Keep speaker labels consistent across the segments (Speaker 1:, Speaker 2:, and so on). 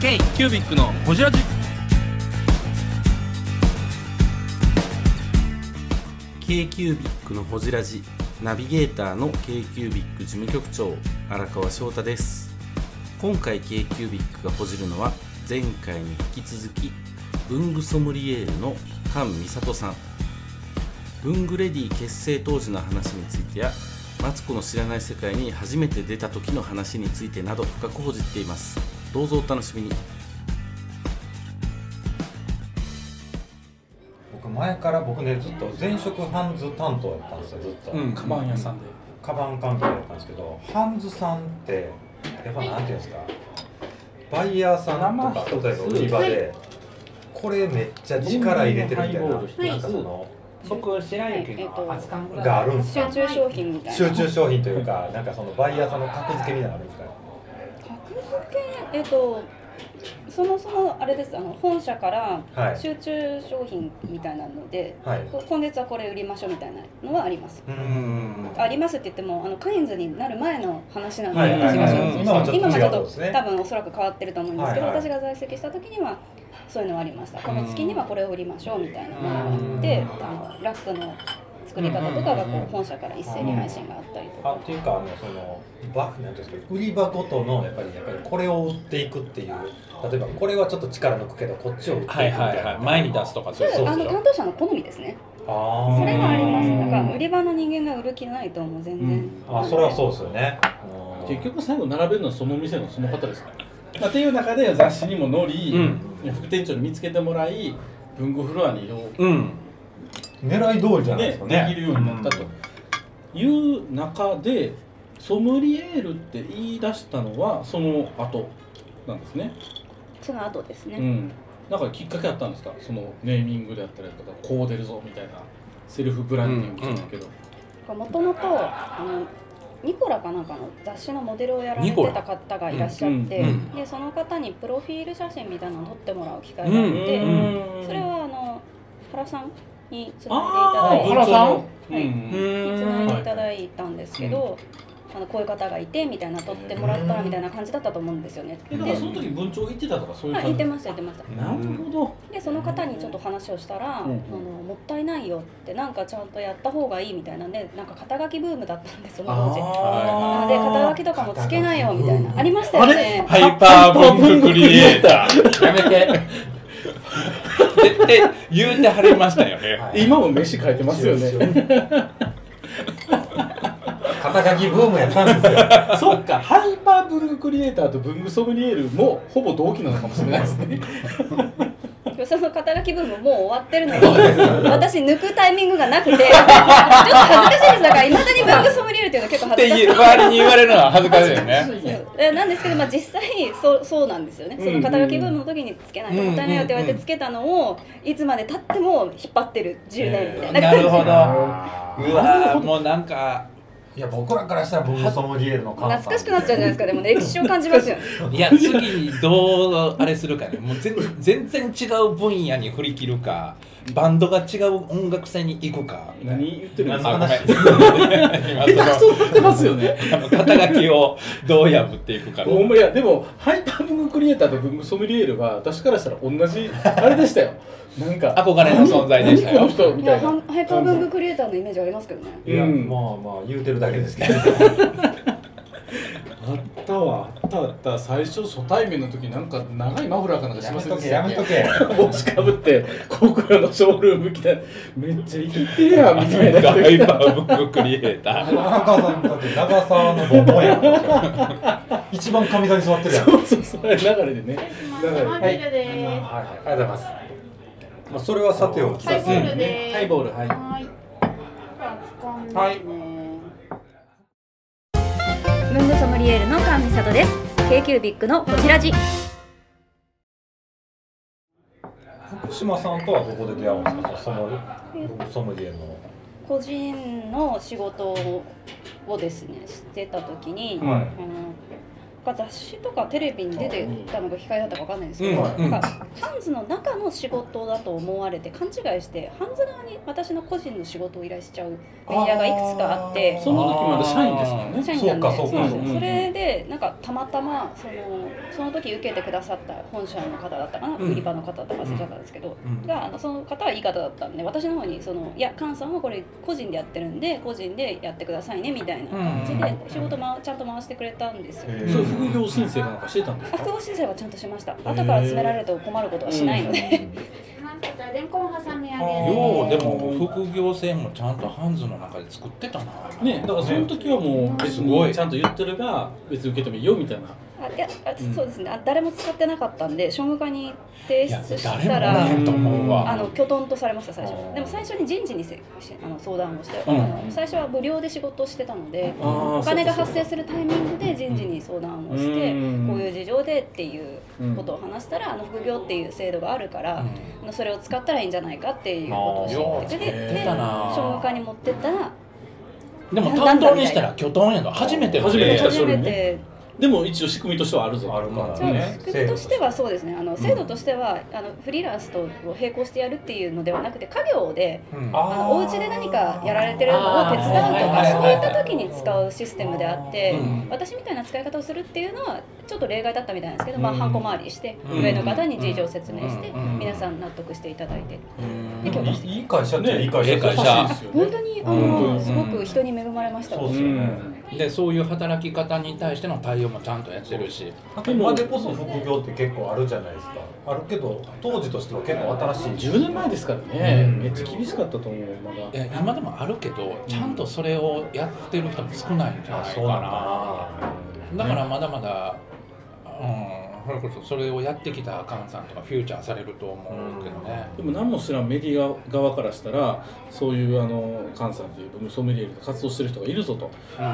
Speaker 1: K キュービックのホジラジ
Speaker 2: ー k q b i c のほじラジナビゲーターの k q b i c 事務局長荒川翔太です今回 k q b i c がほじるのは前回に引き続き文具ソムリエールの菅美里さん文具レディ結成当時の話についてやマツコの知らない世界に初めて出た時の話についてなど深くほじっていますどうぞお楽しみに
Speaker 3: 僕前から僕ねずっと前職ハンズ担当やったんですよずっと、
Speaker 2: うん
Speaker 1: カバン屋さんで
Speaker 3: カバン関係だったんですけどハンズさんってやっぱなんていうんですかバイヤーさんとか例えば売り場でこれめっちゃ力入れてるみたいななんかその
Speaker 4: 僕知らんけど、熱感
Speaker 3: があるんです
Speaker 5: 集
Speaker 3: か
Speaker 5: 中商品みたいな
Speaker 3: 集中商品というかなんかそのバイヤーさんの格付けみたいなのあるんですか
Speaker 5: 格付けえっとそもそもあれですあの本社から
Speaker 3: はい
Speaker 5: 集中商品みたいなので、
Speaker 3: はい
Speaker 5: こ今月はこれ売りましょうみたいなのはあります
Speaker 3: う
Speaker 5: ありますって言ってもあのカインズになる前の話なんで、
Speaker 3: はいはいはい
Speaker 5: 私が所属して
Speaker 3: 今はちょっと
Speaker 5: 今はちょっ
Speaker 3: 違う
Speaker 5: と
Speaker 3: ですね
Speaker 5: 多分おそらく変わってると思うんですけど、
Speaker 3: はいはい
Speaker 5: 私が在籍した時にはそういうのはありましたこの月にはこれを売りましょうみたいなのがあってあのラックの作り方とかがこう本社から一斉に配信があったりと
Speaker 3: あ
Speaker 5: か
Speaker 3: っていうかあのそのバなんていうんですか売り場ごとのやっぱりやっぱりこれを売っていくっていう例えばこれはちょっと力抜くけどこっちを売っていくみたいな、
Speaker 2: とか
Speaker 5: それ
Speaker 3: そうそう
Speaker 5: あの担当者の好みですね
Speaker 3: あー
Speaker 5: それはあります。なんか売り場の人間が売る気ないともう全然。
Speaker 3: あ、それはそうですよね。
Speaker 1: 結局最後並べるのはその店のその方ですから、まあ、っていう中で雑誌にも載り、副店長に見つけてもらい文具フロアによ
Speaker 2: うん
Speaker 3: 狙い通りじゃないで
Speaker 1: です
Speaker 3: かね。
Speaker 1: できるようになったという中でソムリエールって言い出したのはその後なんですね、
Speaker 5: その後ですね。
Speaker 1: うん、なんかきっかけあったんですかそのネーミングであったりとかこう出るぞみたいなセルフブランディングじゃないけど、
Speaker 5: もともとあのニコラかなんかの雑誌のモデルをやられ
Speaker 2: ニコ
Speaker 5: て
Speaker 2: ラ
Speaker 5: た方がいらっしゃって、
Speaker 1: うん
Speaker 2: うん
Speaker 5: でその方にプロフィール写真みたいなのを撮ってもらう機会
Speaker 2: う
Speaker 5: があっ
Speaker 2: ん
Speaker 5: て、
Speaker 1: うん
Speaker 5: それはあの原さんにつな
Speaker 1: あ
Speaker 5: いでいただいて
Speaker 1: ー原さん、
Speaker 5: はい
Speaker 1: うん
Speaker 5: つないでいただいたんですけど、あのこういう方がいてみたいな撮ってもらったらみたいな感じだったと思うんですよね。
Speaker 1: えだからその時文鳥行ってたとかそういう
Speaker 5: あ
Speaker 1: 感じ
Speaker 5: 言ってました言ってました。
Speaker 1: なるほど、
Speaker 5: でその方にちょっと話をしたら、
Speaker 1: うんうん
Speaker 5: あのもったいないよってなんかちゃんとやった方がいいみたいなんでなんか肩書きブームだったんですその当時あ
Speaker 1: あー
Speaker 5: で肩書きとかもつけないよみたいなありましたよね
Speaker 6: ハイパー文具クリエイター。やめて。絶対言うてはりましたよね。
Speaker 3: はい
Speaker 1: 今も飯変えてますよね。
Speaker 3: 肩書きブームやったんですよ。
Speaker 1: そっか、ハイパーブルークリエイターと文具ソムリエールもほぼ同期なのかもしれないですね。
Speaker 5: その肩書きブームもう終わってる のに私抜くタイミングが なくてちょっと恥ずかしいですだからいまだに文具ソムリエールっていうのは結構
Speaker 6: っ
Speaker 5: 恥
Speaker 6: て
Speaker 5: ずかしい
Speaker 6: 言う周りに言われるのは恥ずかしいよね。
Speaker 5: そうえなんですけど、まあ、実際そうそうなんですよねその肩書きブームの時につけないともったいないよって言われてつけたのをいつまでたっても引っ張ってる10年みたい
Speaker 6: な
Speaker 5: な
Speaker 6: るほど。う
Speaker 3: い
Speaker 6: わーもうなんか
Speaker 3: や、僕らからしたら僕ソムリエールの看板
Speaker 5: 懐かしくなっちゃうじゃないですかでもね歴史を感じますよね
Speaker 6: いや次にどうあれするかねもう全全然違う分野に振り切るかバンドが違う音楽性に行くかみたいな。
Speaker 1: 何言ってるんです
Speaker 6: あ
Speaker 1: か
Speaker 6: ごめん今
Speaker 1: 下手く
Speaker 6: そ
Speaker 1: そになってますよね。
Speaker 6: の肩書きをどう破っていくかの
Speaker 1: ほんまいや、でも、ハイパー文具クリエイターと文具ソムリエールは、私からしたら同じ、あれでしたよ。なんか、
Speaker 6: 憧れの存在でした
Speaker 1: この
Speaker 6: よ。
Speaker 1: 人み
Speaker 5: い
Speaker 1: た
Speaker 5: や
Speaker 1: いな。
Speaker 5: ハイパー文具クリエイターのイメージありますけどね
Speaker 3: いや、
Speaker 1: うん
Speaker 3: まあまあ言うてるだけですけ ど。
Speaker 1: あったわ、あったあった。最初、初対面の時なんか長いマフラーかなんかし
Speaker 3: や
Speaker 1: ま
Speaker 3: め
Speaker 1: せん
Speaker 3: と
Speaker 1: で
Speaker 3: け、
Speaker 1: した
Speaker 3: や
Speaker 1: っ
Speaker 3: め
Speaker 1: け
Speaker 3: とけ。
Speaker 1: 帽子かぶって、コクラのショールーム来て、めっちゃ生きてるやん、みたいな。
Speaker 6: ハイパー文具クリエイター。
Speaker 3: 長澤さんだって長澤のボンボンやん。一番神座に座ってるやん。
Speaker 1: そうそうそう、流れでね。流れで。
Speaker 7: マビルで
Speaker 3: はい、ありがとうございます。まあ、それはさておき
Speaker 7: す。ハイボールです。
Speaker 1: ハイボールはい
Speaker 7: はい。じゃあ掴んでね。
Speaker 5: 文具ソムリエールの神美里です k q ビッグのこちらじ
Speaker 3: 福島さんとはどこで出会うんですか、ソムリエ。ソムリエの。
Speaker 5: 個人の仕事をですねしてた時に、
Speaker 3: はい
Speaker 5: あのか雑誌とかテレビに出てたのが控えだったかわかんないんですけど、
Speaker 6: うんうん
Speaker 5: なんかハンズの中の仕事だと思われて勘違いしてハンズ側に私の個人の仕事を依頼しちゃうメディアがいくつかあって
Speaker 6: ー
Speaker 1: その時まだ社員ですもんね
Speaker 5: 社員なんで
Speaker 3: そうかそう
Speaker 5: そ
Speaker 3: か
Speaker 5: うそう
Speaker 1: うん
Speaker 5: それでなんかたまたまそのその時受けてくださった本社の方だったかな、
Speaker 6: うん
Speaker 5: 売り場の方だったか忘れちゃったんですけど、
Speaker 6: うん
Speaker 5: があのその方はいい方だったんで私の方にその「いや菅さんはこれ個人でやってるんで個人でやってくださいね」みたいな感じで仕事まちゃんと回してくれたんですよ。
Speaker 1: それ副業申請かなんかしてたんです
Speaker 5: あ
Speaker 1: か
Speaker 5: 副業申請はちゃんとしました後から詰められると困ることはしないので、
Speaker 7: なんかじゃあレンコン挟み上
Speaker 1: うん
Speaker 7: げる。
Speaker 6: ようでも副業制もちゃんとハンズの中で作ってたな
Speaker 1: ねだからその時はもう別
Speaker 6: すごい
Speaker 1: にちゃんと言ってるが別に受けてもいいよみたいな
Speaker 5: あいやあ
Speaker 1: うん
Speaker 5: そうですねあ誰も使ってなかったんで商務課に提
Speaker 6: いや
Speaker 5: 出し
Speaker 6: 誰
Speaker 5: た
Speaker 6: も
Speaker 5: ら
Speaker 6: 見えんと思うわ
Speaker 5: あのきょとんとされました最初
Speaker 6: あー
Speaker 5: でも最初に人事にせしあの相談をして、
Speaker 6: うん
Speaker 5: 最初は無料で仕事をしてたので
Speaker 1: あー
Speaker 5: お金が発生するタイミングで人事に相談をして、
Speaker 1: うん
Speaker 5: こういう事情でっていうことを話したら、あの副業っていう制度があるから、あのそれを使ったらいいんじゃないかっていうことを知って
Speaker 6: あーよう知
Speaker 5: てで
Speaker 6: って
Speaker 5: で
Speaker 6: たな
Speaker 5: 商務課に持ってったら
Speaker 6: でも担当にしたら巨頭やの初めて
Speaker 1: 初めて来た
Speaker 5: 初
Speaker 1: 人
Speaker 5: め
Speaker 1: に
Speaker 5: て、
Speaker 1: ねでも一応仕組みとしてはあるぞ
Speaker 3: あるから
Speaker 5: じゃあ
Speaker 3: ね。
Speaker 5: 仕組みとしてはそうですねあの制度としては、あのフリーランスとを並行してやるっていうのではなくて家業で
Speaker 6: うん
Speaker 5: あのお家で何かやられてるのを手伝うと
Speaker 6: あー
Speaker 5: かそういった時に使うシステムであって、
Speaker 6: うん
Speaker 5: 私みたいな使い方をするっていうのはちょっと例外だったみたいなんですけど、まあ、
Speaker 1: うん
Speaker 5: ハンコ回りして、
Speaker 6: うん
Speaker 5: 上の方に事情を説明して、
Speaker 6: うん
Speaker 5: 皆さん納得していただいて、
Speaker 1: うん
Speaker 5: で今日
Speaker 3: いい会社っていい会
Speaker 1: ね
Speaker 3: 社
Speaker 6: いい会社
Speaker 1: 優しいですよね
Speaker 5: 本当にあの、すごく人に恵まれました。
Speaker 3: そう
Speaker 5: う
Speaker 3: で
Speaker 5: ん
Speaker 3: すよね。
Speaker 6: でそういう働き方に対しての対応もちゃんとやってるし
Speaker 3: 今でこそ副業って結構あるじゃないですか。あるけど当時としては結構新しい。
Speaker 1: 10年前ですからね、
Speaker 3: うん
Speaker 1: めっちゃ厳しかったと思うまだ
Speaker 6: いや今でもあるけどちゃんとそれをやってる人も少ないんじゃ
Speaker 3: あ
Speaker 6: ない
Speaker 3: そ
Speaker 6: か
Speaker 3: う
Speaker 6: な
Speaker 3: なんだ
Speaker 6: だからまだまだ、うん、それこそそれをやってきたカンさんとかフューチャーされると思うけどね。
Speaker 1: でも何も知らんメディア側からしたらそういうあの菅さんという文具ソムリエで活動してる人がいるぞと、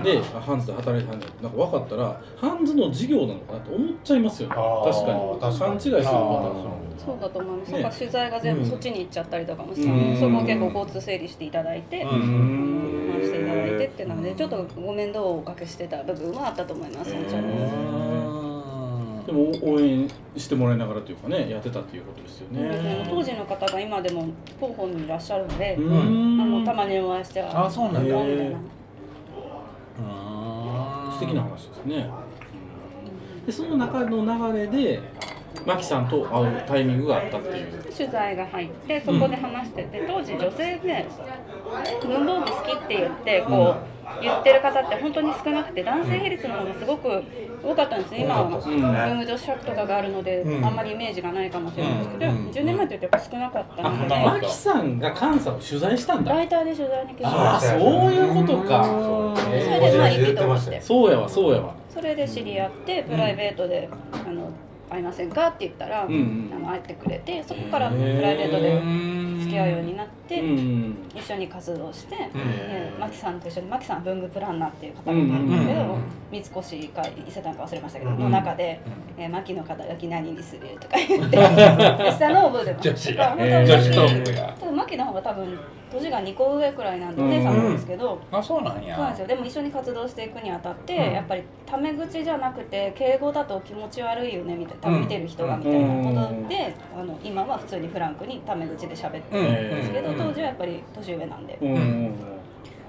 Speaker 1: であハンズで働いてはんねんなんか分かったらハンズの事業なのかなと思っちゃいますよね
Speaker 3: あー
Speaker 1: 確かに
Speaker 3: 確かに
Speaker 1: 勘違いするパターン
Speaker 6: あ
Speaker 5: そうだと思います、
Speaker 1: ね
Speaker 5: なんか取材が全部そっちに行っちゃったりとかもして、
Speaker 1: うん
Speaker 5: そこを結構交通整理していただいて、
Speaker 6: う
Speaker 5: あ
Speaker 6: ん
Speaker 5: の回していただいてっていうのでちょっとご面倒をおかけしてた部分はあったと思います、本当に
Speaker 1: でも応援してもらいながらというかねやってたっていうことですよ
Speaker 5: そうですね
Speaker 1: ね
Speaker 5: 当時の方が今でも広報にいらっしゃるので、
Speaker 1: う
Speaker 5: あ
Speaker 1: ん
Speaker 5: のたまにお会いしては
Speaker 6: あそうなんだ
Speaker 5: みたいな
Speaker 1: 素敵な話ですねでその中の流れでマキさんと会うタイミングがあったっていう
Speaker 5: 取材が入ってそこで話してて、当時女性で文房具好きって言ってこう、言ってる方って本当に少なくて男性比率の方がすごく多かったんですね、今は
Speaker 3: 多かった
Speaker 1: ですね
Speaker 5: 文具女子博とかがあるので、
Speaker 6: うん
Speaker 5: あんまりイメージがないかもしれないですけど、
Speaker 6: うん
Speaker 5: 10年前って言うとやっぱ少なかった
Speaker 1: あ
Speaker 5: ので、
Speaker 6: なるほど
Speaker 1: マキさんが関西を取材したんだ
Speaker 5: ライターで取材に来ま
Speaker 1: ああ
Speaker 5: した
Speaker 1: そういうこと
Speaker 6: う
Speaker 1: か
Speaker 6: ん
Speaker 5: そ
Speaker 1: え
Speaker 5: れでまあ
Speaker 3: 言
Speaker 5: リピ
Speaker 3: っ
Speaker 5: ー
Speaker 3: て
Speaker 5: ト
Speaker 3: ま
Speaker 5: を
Speaker 3: し
Speaker 5: したて
Speaker 3: よ
Speaker 1: ーそうやわそうやわ
Speaker 5: それで知り合ってプライベートで、あの会いませんかって言ったら、
Speaker 1: んうん
Speaker 5: あの会ってくれてそこからプライベートで付き合うようになって、
Speaker 1: うん
Speaker 5: 一緒に活動して、
Speaker 1: へ
Speaker 5: で
Speaker 1: ー
Speaker 5: マキさんと一緒にマキさんは文具プランナーっていう方がいるんですけど、三越か伊勢丹か忘れましたけど、の中で、えー、マキの肩書き何にするとか言って下の覚えてます
Speaker 6: 女子
Speaker 5: だ
Speaker 6: が
Speaker 5: から本当に
Speaker 6: 女子トークが。
Speaker 5: ただマキの方が多分年が2個上くらいなんで
Speaker 1: うん
Speaker 5: お姉さんなんですけど、
Speaker 6: あそうなんや。
Speaker 5: そうなんですよでも一緒に活動していくにあたって、
Speaker 6: うん
Speaker 5: やっぱりタメ口じゃなくて敬語だと気持ち悪いよねみたいな多分見てる人がみたいなことで、あの今は普通にフランクにタメ口で喋ってるんですけど、
Speaker 6: うん
Speaker 5: 当時はやっぱり年上なんで
Speaker 1: うんうん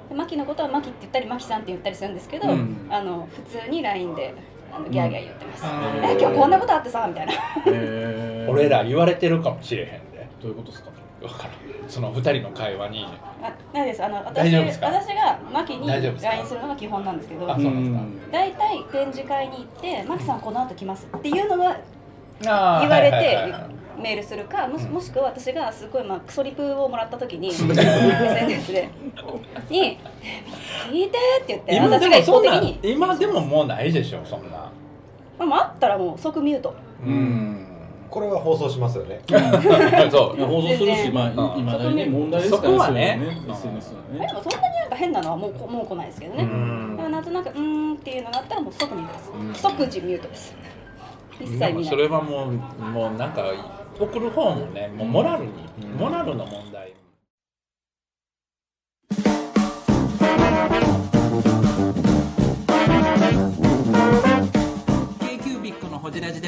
Speaker 5: でマキのことはマキって言ったりマキさんって言ったりするんですけど、
Speaker 1: うん
Speaker 5: あの普通に LINE であのギャーギャー言ってます、
Speaker 6: うん
Speaker 5: え今日こんなことあってさみたいな
Speaker 1: へー
Speaker 6: 俺ら言われてるかもしれへんで。
Speaker 1: どういうことですか
Speaker 6: わかる。その二人の会話に。
Speaker 5: あないですあの
Speaker 6: 大
Speaker 5: 私
Speaker 6: 丈夫ですか
Speaker 5: 私がマキに
Speaker 6: 大丈夫ですか
Speaker 5: LINE するのが基本なんですけど
Speaker 6: あそうなん
Speaker 5: 大体展示会に行って「マキさんこの後来ます」っていうのが
Speaker 6: 言わ
Speaker 5: 言われてメールするかもしもしくは私がすごいまあクソリプをもらった時に SNS でに「聞いて」って言って
Speaker 6: 今で
Speaker 5: 私が
Speaker 6: も
Speaker 5: 一
Speaker 6: そ
Speaker 5: 方
Speaker 6: ん
Speaker 5: 的
Speaker 6: な
Speaker 5: に
Speaker 6: 今でももうないでしょそんな。
Speaker 5: まあもうあったらもう即ミュート
Speaker 6: うん。
Speaker 3: これは放送しますよね。
Speaker 6: そ
Speaker 1: いや放送するし
Speaker 5: 全然
Speaker 1: まあ
Speaker 6: うん
Speaker 1: いまだにね問題ですから
Speaker 6: そこはね
Speaker 1: そういうの SNS は
Speaker 5: あで
Speaker 1: ね
Speaker 5: もそんなになんか変なのはもうこもう来ないですけどね
Speaker 3: ん
Speaker 5: でもなんとなく「うーん」っていうのがあったらもう即ミュートです即時ミュートです一
Speaker 6: う。
Speaker 5: 切
Speaker 6: で
Speaker 5: 見ない
Speaker 6: もそれはもうもうなんか送る方もねもうモラルにモラルの問題。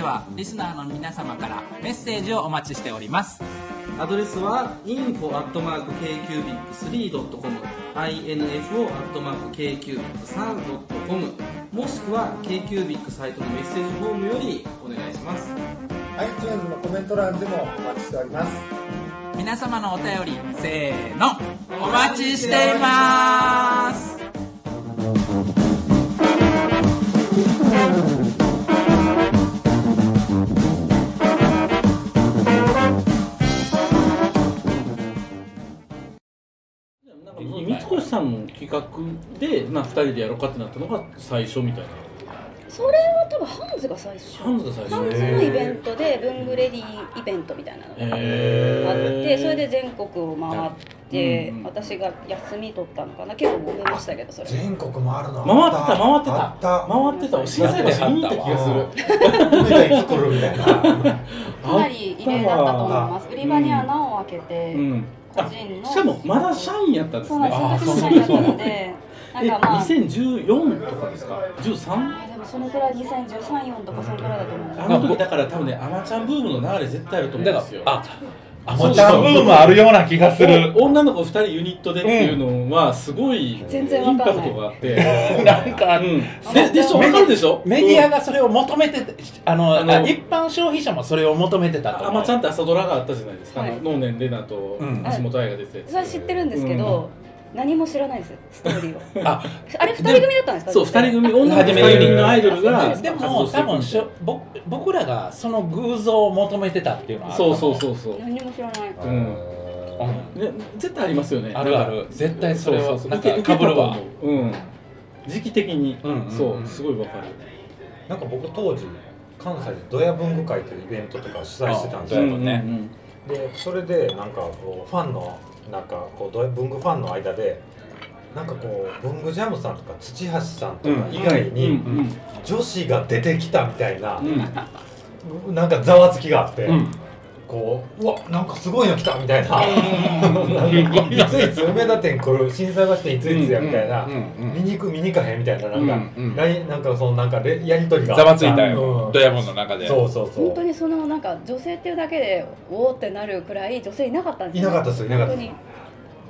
Speaker 8: はリスナーの皆様からメッセージをお待ちしております
Speaker 2: アドレスは info.kcubic3.com info.kcubic3.com もしくは KQBIC サイトのメッセージフォームよりお願いします
Speaker 9: はい、チューズのコメント欄でもお待ちしております。
Speaker 8: 皆様のお便りせーのお待ちしています
Speaker 1: なんかその三越さんの企画で、まあ、2人でやろうかってなったのが最初みたいな
Speaker 5: それは多分ハンズが最初
Speaker 1: ハンズが最初
Speaker 5: ハンズのイベントで文具レディイベントみたいなのがあってそれで全国を回って、
Speaker 1: うん
Speaker 5: 私が休み取ったのかな結構揉めましたけどそれ
Speaker 9: 全国回るの
Speaker 1: 回ってた回ってた
Speaker 9: あった
Speaker 1: 回ってた震災橋見に行った気がする
Speaker 9: 船で作るみた いな。
Speaker 5: かなり異例だったと思います売り場に穴を開けて、
Speaker 1: うん
Speaker 5: 個
Speaker 1: あ
Speaker 5: 人の
Speaker 1: しかもまだ社員やったんです
Speaker 5: そうな
Speaker 1: ね
Speaker 5: んですその時の社員だったのでな
Speaker 1: え
Speaker 5: んかまあ
Speaker 1: 2014とかですか 13?
Speaker 5: あでもそのくらい2013とかそのくらいだと思うんで
Speaker 1: あの時だから多分ねアマちゃんブームの流れ絶対あると思うん
Speaker 6: だか
Speaker 1: ですよ
Speaker 6: らああ
Speaker 1: そう
Speaker 6: もちろんブームあるような気がする
Speaker 1: お女の子2人ユニットでっていうのはすごいイン
Speaker 5: 全然わ
Speaker 1: パ
Speaker 5: かん
Speaker 1: ク
Speaker 5: ない
Speaker 1: トがあっ て、
Speaker 6: なんか
Speaker 1: うん、ででしょわかるでしょ
Speaker 6: メディアがそれを求めててあの
Speaker 1: あの
Speaker 6: あ一般消費者もそれを求めてたと
Speaker 1: あ
Speaker 6: 思
Speaker 1: ま
Speaker 6: う
Speaker 1: ちゃんって朝ドラがあったじゃないですか、
Speaker 5: はい
Speaker 1: あの能年玲奈と
Speaker 6: うん
Speaker 1: 橋本愛が出てて
Speaker 5: それは知ってるんですけど、何も知らないですストーリーを
Speaker 6: あ
Speaker 5: あれ二人組だったんですか
Speaker 1: そう2人組女の
Speaker 6: 初
Speaker 1: 子
Speaker 6: め
Speaker 1: 2人組のアイドルが
Speaker 6: で
Speaker 1: 活
Speaker 6: も
Speaker 1: 動して
Speaker 6: 多
Speaker 1: いく
Speaker 6: 分しょぼ僕らがその偶像を求めてたっていうのはあるか
Speaker 1: そ
Speaker 6: も
Speaker 1: うそうそうそう、
Speaker 5: 何も知らない
Speaker 1: うん
Speaker 6: うん
Speaker 1: ね、絶対ありますよね
Speaker 6: あるあ
Speaker 1: なん
Speaker 6: る
Speaker 1: か
Speaker 6: 絶対それ
Speaker 1: そ
Speaker 6: は
Speaker 1: うそう
Speaker 6: なんか
Speaker 1: 受け
Speaker 6: かぶるわ
Speaker 1: 受けたと思ううん時期的に、
Speaker 6: うんうんうん
Speaker 1: そうすごいわかる
Speaker 3: なんか僕当時関西でドヤ文具会というイベントとか主催してたんです
Speaker 6: う
Speaker 3: よ。
Speaker 6: んね
Speaker 1: うんうん
Speaker 3: でそれでなんかこうファンのなんかこうドヤ文具ファンの間でなんかこう文具ジャムさんとか土橋さんとか以外
Speaker 1: うん
Speaker 3: に
Speaker 1: うん
Speaker 3: 女子が出てきたみたいな、
Speaker 1: うん
Speaker 3: なんかざわつきがあって。
Speaker 6: うん
Speaker 3: こううわなんかすごいの来たみたいないついつ梅田店来る震災橋店いついつやみたいな、
Speaker 6: うんうん
Speaker 3: 見に行く見に行かへんみたいななんか、
Speaker 6: うんうん
Speaker 3: ラインなんかそのなんかれやり取りが
Speaker 6: ざわついたよ
Speaker 3: うん
Speaker 6: ドヤモンの中で
Speaker 3: そうそうそう
Speaker 5: 本当にそのなんか女性っていうだけでおおってなるくらい女性いなかったんです
Speaker 3: いなかった
Speaker 5: っ
Speaker 3: ですいなかった
Speaker 5: 本当
Speaker 3: で
Speaker 5: に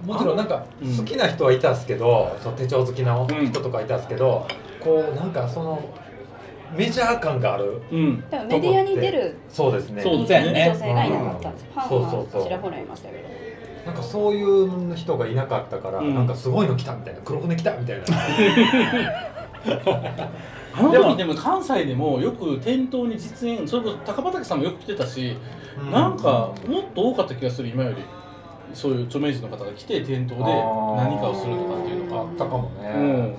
Speaker 3: すもちろんなんか
Speaker 1: うん
Speaker 3: 好きな人はいたんですけど、その手帳好きな人とかいたんですけど、こうなんかそのメジャー感がある
Speaker 1: うん
Speaker 5: 多分メディアに出る
Speaker 3: そうですね
Speaker 1: そう
Speaker 5: 女
Speaker 1: ですね
Speaker 5: 性がいなかったんです、ファン
Speaker 3: そうそうそ
Speaker 5: は
Speaker 3: う
Speaker 5: ちらほらいましたけど
Speaker 3: なんかそういう人がいなかったから、
Speaker 1: うん
Speaker 3: なんかすごいの来たみたいな黒船来たみたいな
Speaker 1: あの
Speaker 6: でも
Speaker 1: 時でも関西でもよく店頭に実演それこそ高畑さんもよく来てたし、
Speaker 3: うん
Speaker 1: なんかもっと多かった気がする今よりそういう著名人の方が来て店頭で
Speaker 3: あー
Speaker 1: 何かをするとかっていうのが
Speaker 3: あったかもね、
Speaker 1: うん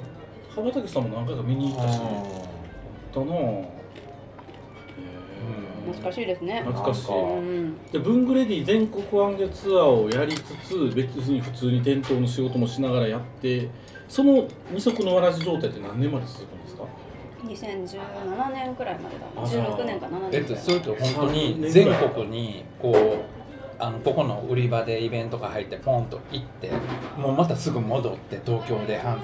Speaker 1: 高畑さんも何回か見に行ったしあっ
Speaker 3: う
Speaker 1: たなぁへー
Speaker 5: 懐かしいですね
Speaker 1: 懐かしい
Speaker 3: なんか
Speaker 5: うん
Speaker 1: で文具レディ全国暗月ツアーをやりつつ別に普通に店頭の仕事もしながらやってその二足のわらじ状態って何年まで続くんですか
Speaker 5: 2017年くらいまでだ
Speaker 1: あそう
Speaker 5: 16年か7
Speaker 6: えっ
Speaker 5: 年く
Speaker 6: と、
Speaker 5: らい
Speaker 6: それと本当
Speaker 1: 3
Speaker 6: に
Speaker 1: 年ぐ
Speaker 6: 全
Speaker 1: らい
Speaker 6: 国にこうあのここの売り場でイベントが入ってポンと行ってもうまたすぐ戻って東京でハン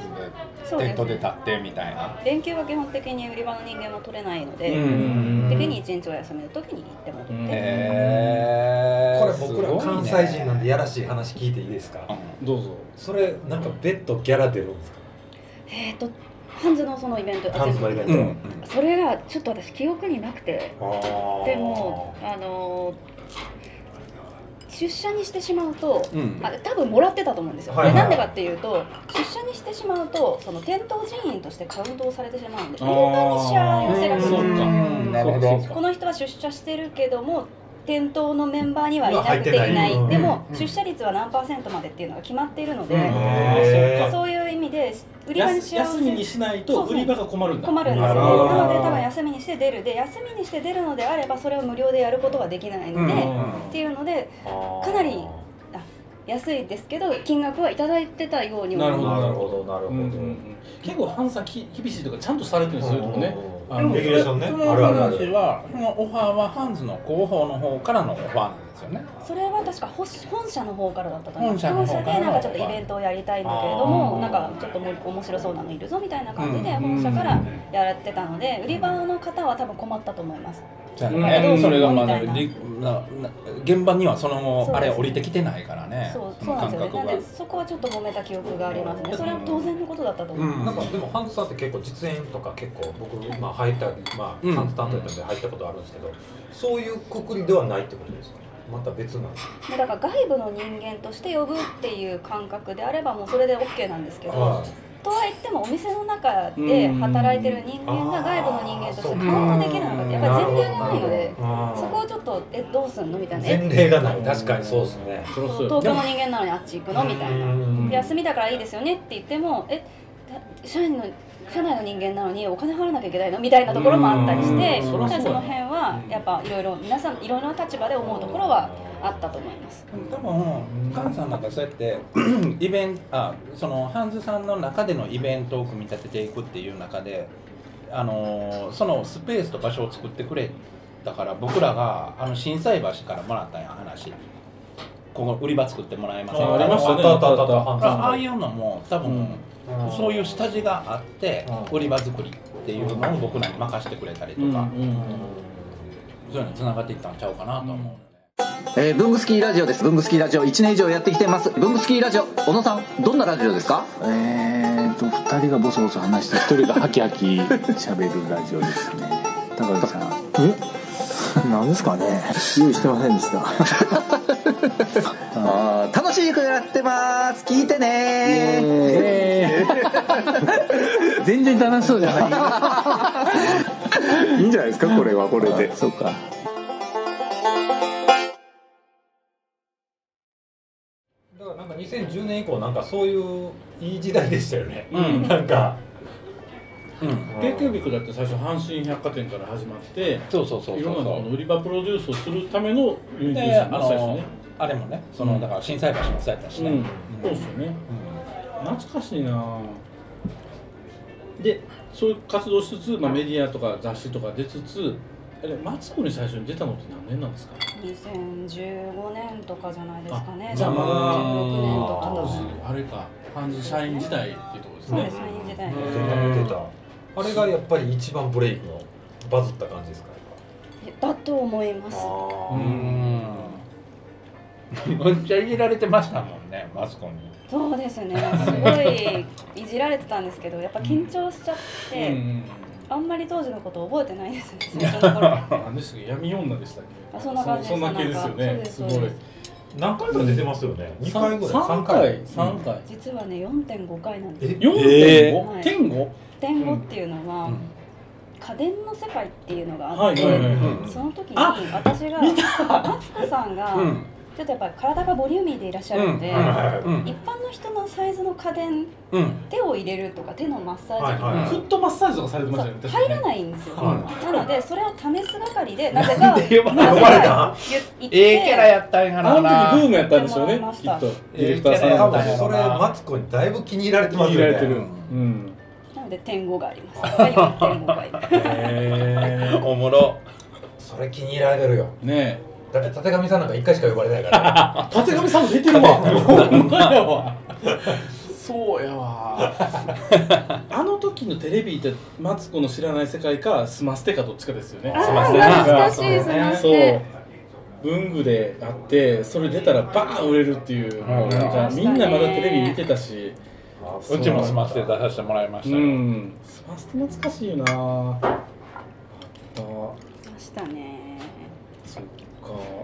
Speaker 6: ズ
Speaker 5: そう
Speaker 6: で
Speaker 5: です
Speaker 6: 店頭で立ってみたいな
Speaker 5: 連休は基本的に売り場の人間も取れないので、
Speaker 1: ん
Speaker 5: 時に1日お休みの時に行って戻って、
Speaker 1: うん
Speaker 6: へ
Speaker 3: こ
Speaker 6: ー
Speaker 3: れ僕ら関西人なんでやらしい話聞いていいですか、
Speaker 1: どうぞ
Speaker 3: それなんか別途ギャラ出るんですか
Speaker 5: えっとハンズのそのイベント
Speaker 3: ハンズのイベン
Speaker 6: う
Speaker 3: ト、
Speaker 6: ん、うん
Speaker 5: それがちょっと私記憶になくて
Speaker 3: あ
Speaker 5: でもあの出社にしてしまうと、
Speaker 6: うん
Speaker 5: あ多分もらってたと思うんですよ、
Speaker 3: はいはい
Speaker 5: でなんでかっていうと出社にしてしまうとその店頭人員としてカウントをされてしまうんで店
Speaker 1: あ
Speaker 5: 頭に支払い
Speaker 1: ー
Speaker 5: をせがち
Speaker 1: そっか
Speaker 6: なるほど
Speaker 5: この人は出社してるけども店頭のメンバーにはいなくて
Speaker 3: 入って
Speaker 5: い
Speaker 3: な
Speaker 5: ないい、
Speaker 3: うん
Speaker 5: でも、出社率は何パーセントまでっていうのが決まっているので、
Speaker 3: へー
Speaker 5: そういう意味で売り場に幸
Speaker 1: 休休
Speaker 5: せ
Speaker 1: みにしないと
Speaker 5: そうそ
Speaker 1: 売
Speaker 5: う
Speaker 1: り場が困るんだ
Speaker 5: 困るんですよ
Speaker 3: な
Speaker 5: な
Speaker 3: るほど
Speaker 5: ので多分休みにして出るで休みにして出るのであればそれを無料でやることはできないので、
Speaker 1: うん
Speaker 5: っていうので
Speaker 3: あー
Speaker 5: かなり安いですけど金額はいただいてたように
Speaker 1: なるほど
Speaker 3: なるほどなるほど、
Speaker 1: うんうんうん結構判査き厳しいとかちゃんとされてるんですよ、そういうとこね
Speaker 3: うん
Speaker 1: あの
Speaker 3: レギュレーションね
Speaker 6: そ
Speaker 3: あ
Speaker 6: の
Speaker 3: るあるある
Speaker 6: 話はそのオファーはハンズの広報の方からのオファーなんですよね
Speaker 5: それは確か本本社の方からだったと思う
Speaker 6: 本社の方から
Speaker 5: でなんかちょっとイベントをやりたいんだけれど
Speaker 3: あー
Speaker 5: もなんかちょっともう面白そうなのいるぞみたいな感じで
Speaker 1: うん
Speaker 5: 本社からやってたので売り場の方は多分困ったと思います
Speaker 6: そうやね
Speaker 5: うん
Speaker 6: それがまあ
Speaker 5: うん
Speaker 6: りなな現場にはその
Speaker 5: そう
Speaker 6: あれ降りてきてないからね
Speaker 5: そうそうなんですよねなんでそこはちょっと揉めた記憶がありますねそれは当然のことだったと思います、
Speaker 6: うん
Speaker 3: なんかでもハンズさんって結構実演とか結構僕まあ入ったま
Speaker 6: うん
Speaker 3: あハンズ担当やったんで入ったことあるんですけど、そういうくくりではないってことですか。また別なんですか。
Speaker 5: もうだから外部の人間として呼ぶっていう感覚であればもうそれで OK なんですけど
Speaker 3: い。
Speaker 5: とは言ってもお店の中で働いてる人間が外部の人間としてカウントできるのかってやっぱり前例がないのでそこをちょっとえどうすんのみたいな
Speaker 3: 前
Speaker 5: え
Speaker 3: 例がない確かにそうですね
Speaker 1: そりゃ
Speaker 5: 東
Speaker 1: そう
Speaker 5: 京
Speaker 1: や
Speaker 5: の人間なのにあっち行くのみたいな
Speaker 3: うん
Speaker 5: で休みだからいいですよねって言ってもえだ社員の社内の人間なのにお金払わなきゃいけないのみたいなところもあったりして
Speaker 1: うん
Speaker 5: そ
Speaker 1: そりゃそうや
Speaker 5: その辺はやっぱいろいろ皆さんいろいろな立場で思うところはあったと思います。
Speaker 6: 多分菅さんなんかそうやってイベントあそのハンズさんの中でのイベントを組み立てていくっていう中であのーそのスペースと場所を作ってくれたから僕らがあの震災橋からもらったんや話ここ売り場作ってもらえません
Speaker 1: あ
Speaker 6: か
Speaker 1: ありましたね
Speaker 3: あったあったあった
Speaker 1: あ
Speaker 6: だからああいうのも多分、
Speaker 1: うん
Speaker 6: そういう下地があって売り場作りっていうのを僕らに任せてくれたりと
Speaker 1: うんう
Speaker 6: か、
Speaker 1: ん
Speaker 6: そういうのに繋がっていったんちゃうかなと思うので。
Speaker 10: えー、ブングスキーラジオです。ブングスキーラジオ1年以上やってきてます。ブングスキーラジオ、小野さん、どんなラジオですかえーと、2人がボソボソ話して、1人がハキハキ喋るラジオですね。高橋さん。 えなんですかね用意してませんでした。 あー楽しい曲やってます聞いてね 全然楽しそうじゃ ないいいんじゃないですかこれはこれでそうか
Speaker 3: だからなんか2010年以降なんかそういういい時代でしたよね、
Speaker 6: ん
Speaker 3: なんか
Speaker 6: うん、
Speaker 1: k q b i c だって最初阪神百貨店から始まって
Speaker 6: そうそうそうそう
Speaker 1: い
Speaker 6: そ
Speaker 1: ろ
Speaker 6: うん
Speaker 1: なこの売り場プロデュースをするためのユニティ
Speaker 6: で、あ
Speaker 1: ーション最初
Speaker 6: の
Speaker 1: ね
Speaker 6: あれもね、そうの
Speaker 1: ん
Speaker 6: だから震災橋もそうやったし
Speaker 1: う
Speaker 6: ね。
Speaker 1: んそうですよね懐かしいなぁでそういう活動しつつ、まあ、メディアとか雑誌とか出つつあれマツコに最初に出たのって何年なんですか
Speaker 5: 2015年とかじゃないですかね。
Speaker 1: じゃあまだ
Speaker 5: 16年とか。
Speaker 1: 当時あれか半ズ社員時代っていうとこです
Speaker 5: そうで
Speaker 1: ね
Speaker 5: す、社員時代。
Speaker 3: 出た出たあれがやっぱり一番ブレイクのバズった感じですか
Speaker 5: だと思います。
Speaker 6: う
Speaker 3: あ
Speaker 6: ん。めっちゃ入れられてましたもんね、マスコミ。
Speaker 5: そうですね。すごいいじられてたんですけど、やっぱ緊張しちゃっ
Speaker 1: うん
Speaker 5: て、
Speaker 1: うん
Speaker 5: あんまり当時のこと覚えてないですね。最初の頃。
Speaker 1: うん何でしたっけ闇女でしたっけ
Speaker 5: あそんな感じ
Speaker 1: そそんな系ですよ
Speaker 5: なん
Speaker 1: ね
Speaker 5: か
Speaker 1: す
Speaker 5: そうで
Speaker 1: ご
Speaker 5: す
Speaker 1: い
Speaker 5: そうです
Speaker 3: 何回か出てますよね、二2回ぐらい
Speaker 1: 3回3回
Speaker 5: 実はね、4.5回なんです。
Speaker 3: え
Speaker 1: 4.5?
Speaker 5: えー
Speaker 1: 点五
Speaker 5: 4.5っていうのは、
Speaker 6: うん
Speaker 5: 家電の世界っていうのがあ
Speaker 1: は
Speaker 5: っ
Speaker 1: い
Speaker 5: て、
Speaker 1: はいはい
Speaker 6: うん
Speaker 1: は
Speaker 5: その時に私がマツコさんが、
Speaker 6: うん。
Speaker 5: ちょっとやっぱり体がボリューミーでいらっしゃるので、
Speaker 6: うんうん
Speaker 3: は
Speaker 6: うん
Speaker 5: 一般の人のサイズの家電
Speaker 6: うん。
Speaker 5: 手を入れるとか手のマッサージとか、
Speaker 3: はいはい
Speaker 1: いフットマッサージとかされてましたよね
Speaker 5: そう
Speaker 1: 確
Speaker 5: 入ら
Speaker 1: かにね
Speaker 5: ないんですよ、
Speaker 3: は
Speaker 5: なのでそれを試す係でなぜかなぜ
Speaker 6: 呼ばれた
Speaker 3: 呼ばれた
Speaker 5: か
Speaker 3: ん
Speaker 5: 言って
Speaker 6: ええキャラやったんや
Speaker 1: あ
Speaker 6: ろう
Speaker 1: の
Speaker 6: な。
Speaker 1: 時ブームやったんでしょう
Speaker 5: やっても
Speaker 1: ね
Speaker 5: らいまし
Speaker 1: きったとディレクターさん
Speaker 6: えー
Speaker 3: 多
Speaker 1: が
Speaker 6: キャラや
Speaker 3: 分それマツコにだいぶ気に入られて
Speaker 1: 気
Speaker 3: ま
Speaker 1: に
Speaker 3: す
Speaker 1: 入
Speaker 3: よね
Speaker 1: られてるうん
Speaker 5: なので点5があります4.5回
Speaker 1: へ
Speaker 6: おもろ。
Speaker 3: それ気に入られてるよ
Speaker 1: えね
Speaker 3: だって立上さんなんか1回しか呼ばれないからね
Speaker 1: え たてがみさん出てるわほんまやわそうやわあの時のテレビってマツコの知らない世界かスマステかどっちかですよね
Speaker 5: あー
Speaker 1: スマステ
Speaker 5: 懐かしいスマス
Speaker 1: そう
Speaker 5: テ
Speaker 1: 文具であってそれ出たらバーン売れるっていうもうなんかみんなまだテレビ見てたし
Speaker 6: うちも済ませて出させてもらいまし
Speaker 1: う
Speaker 6: たよ。
Speaker 1: んスマステ懐かしいよなああ
Speaker 5: ましたね
Speaker 1: そっ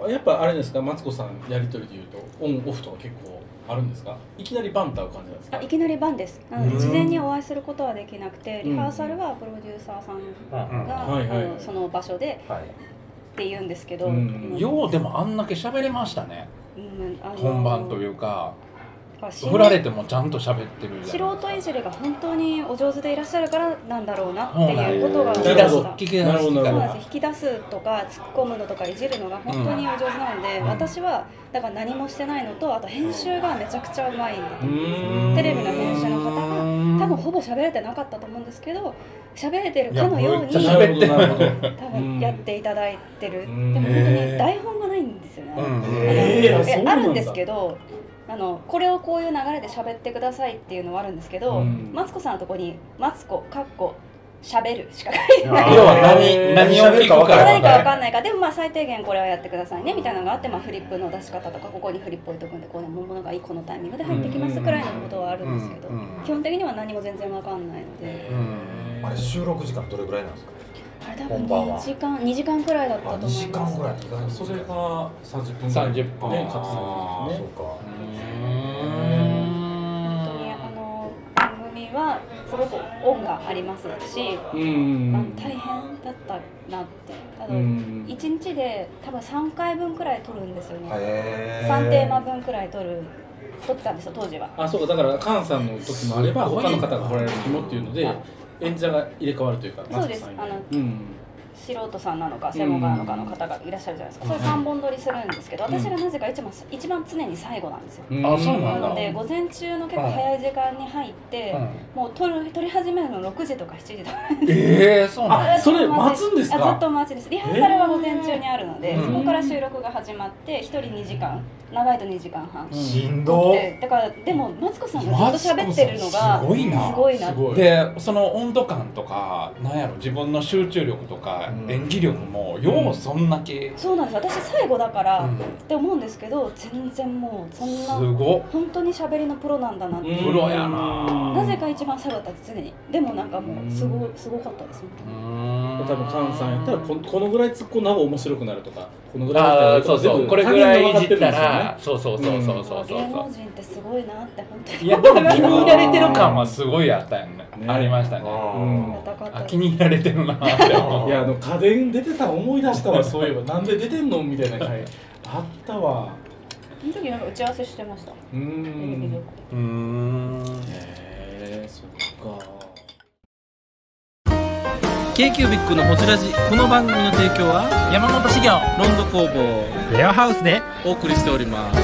Speaker 1: かやっぱあれですかマツコさんやり取りでいうとオンオフとか結構あるんですかいきなりバンタう感じなんですか
Speaker 5: あいきなり番ですなので事前にお会いすることはできなくてリハーサルはプロデューサーさん
Speaker 3: うん
Speaker 5: が、
Speaker 1: うんはいはい
Speaker 5: あのその場所で
Speaker 3: はい
Speaker 5: って言うんですけど、
Speaker 1: うん
Speaker 5: うん
Speaker 6: ようでもあんだけ喋れましたね。
Speaker 5: うんあの
Speaker 6: 本番というか、
Speaker 5: まあ新
Speaker 6: 振られてもちゃんと喋ってるじ
Speaker 5: 素
Speaker 6: ゃないですか。
Speaker 5: 人いじりが本当にお上手でいらっしゃるからなんだろうなっていうことが
Speaker 1: そ
Speaker 5: 分か
Speaker 1: うな
Speaker 5: り
Speaker 1: んだ
Speaker 5: ま
Speaker 1: なるほ
Speaker 5: し
Speaker 1: ど
Speaker 5: た
Speaker 6: 聞き出
Speaker 1: なるほど
Speaker 6: し
Speaker 1: な
Speaker 6: た
Speaker 1: る
Speaker 5: そうなん
Speaker 1: ほど
Speaker 5: ですよ引き出すとか突っ込むのとかいじるのが本当にお上手なので、
Speaker 6: ん
Speaker 5: 私はだから何もしてないのとあと編集がめちゃくちゃうまいんだと
Speaker 1: う
Speaker 5: 思います
Speaker 1: ーん
Speaker 5: テレビの編集の方が多分ほぼ喋れてなかったと思うんですけど喋れてるかのように
Speaker 6: いやめっちゃ喋
Speaker 5: 多
Speaker 1: るほどなるほど
Speaker 5: 分やっていただいてる、
Speaker 1: うん
Speaker 5: でも本当
Speaker 6: へ
Speaker 5: に
Speaker 6: ー
Speaker 5: 台本がないんですよね、
Speaker 6: うん
Speaker 1: えーあそう
Speaker 5: え
Speaker 1: な
Speaker 5: あ
Speaker 1: んだ
Speaker 5: るんですけどあのこれをこういう流れで喋ってくださいっていうのはあるんですけど、
Speaker 1: うん
Speaker 5: マツコさんのとこに「マツコ」かっこ喋るしか書いてない
Speaker 6: あー要は何何を聞くかわからない
Speaker 5: 何かわかんないからでもまあ最低限これはやってくださいねみたいなのがあって、まあ、フリップの出し方とかここにフリップ置いとくんでこうねものがいいこのタイミングで入ってきますくらいのことはあるんですけど、
Speaker 3: うんうんうん
Speaker 5: 基本的には何も全然わかんないので、
Speaker 3: あれ収録時間どれぐらいなんですか
Speaker 5: あれ多分
Speaker 3: 本番は
Speaker 5: 2時間2時間くらいだったと思います
Speaker 3: ぐらい
Speaker 1: それが30分
Speaker 6: 30分
Speaker 1: ねカプセルですね
Speaker 5: 本当にあの番組はすごく恩がありますし、
Speaker 1: うん
Speaker 5: あの大変だったなってただ
Speaker 1: うん
Speaker 5: 1日で多分3回分くらい撮るんですよね
Speaker 1: へー
Speaker 5: 3テーマ分くらい撮る撮ってたんですよ当時は
Speaker 1: あそうかだから菅さんの時もあれば他の方が来られる時もっていうので演者が入れ替わるというか
Speaker 5: そうです
Speaker 1: マスク
Speaker 5: あの
Speaker 1: さんに
Speaker 5: 素人さんなのか専門家なのかの方がいらっしゃるじゃないですか、それ3本撮りするんですけど
Speaker 1: うん
Speaker 5: 私がなぜか一番一番常に最後なんですよ、
Speaker 1: うんあそうなんだ
Speaker 5: なので午前中の結構早い時間に入って、もう撮る撮り始めるの6時とか7時とか
Speaker 6: ええそうなん
Speaker 5: あ
Speaker 6: だ
Speaker 5: ずっとあずっとお
Speaker 6: あ
Speaker 5: 待ちですリハーサルは午前中にあるので、
Speaker 6: うん
Speaker 5: そこから収録が始まって1人2時間長いと2時間半
Speaker 6: しんど
Speaker 5: でだからでもマツコさんがずっと喋ってるのが
Speaker 6: すごいな
Speaker 5: すごいな
Speaker 6: でその温度感とかなんやろ自分の集中力とか演技力も、ようそんだけ
Speaker 5: そうなんです私最後だからって思うんですけど全然もうそんな
Speaker 6: すごっ
Speaker 5: 本当に喋りのプロなんだなって
Speaker 6: プロやな
Speaker 5: なぜか一番最後だった常にでもなんかもうすごいすごかったです本当に
Speaker 1: 多分菅さんやったらここのぐらい突っ込んだ方が面白くなるとかこのぐらい
Speaker 2: あ
Speaker 1: だ
Speaker 2: あ
Speaker 1: った
Speaker 2: そう
Speaker 1: ら全
Speaker 2: そう
Speaker 1: 部
Speaker 2: これぐらいいじった
Speaker 1: 他
Speaker 2: らそうそうそうそうそうそう
Speaker 5: 芸能人ってすごいなって本当に
Speaker 6: いやでも気に入られてる感はすごいあったよねありましたね、あ気に入られてるなって 思う
Speaker 1: いやあの家電出てたの思い出したわそういえばなんで出てんのみたいな回あったわ
Speaker 5: その時なんか打ち合わせしてました
Speaker 1: うーん
Speaker 6: うーん
Speaker 1: へえそっか
Speaker 2: KQBIC のホジラジこの番組の提供は山本資源ロンド工房レアハウスでお送りしております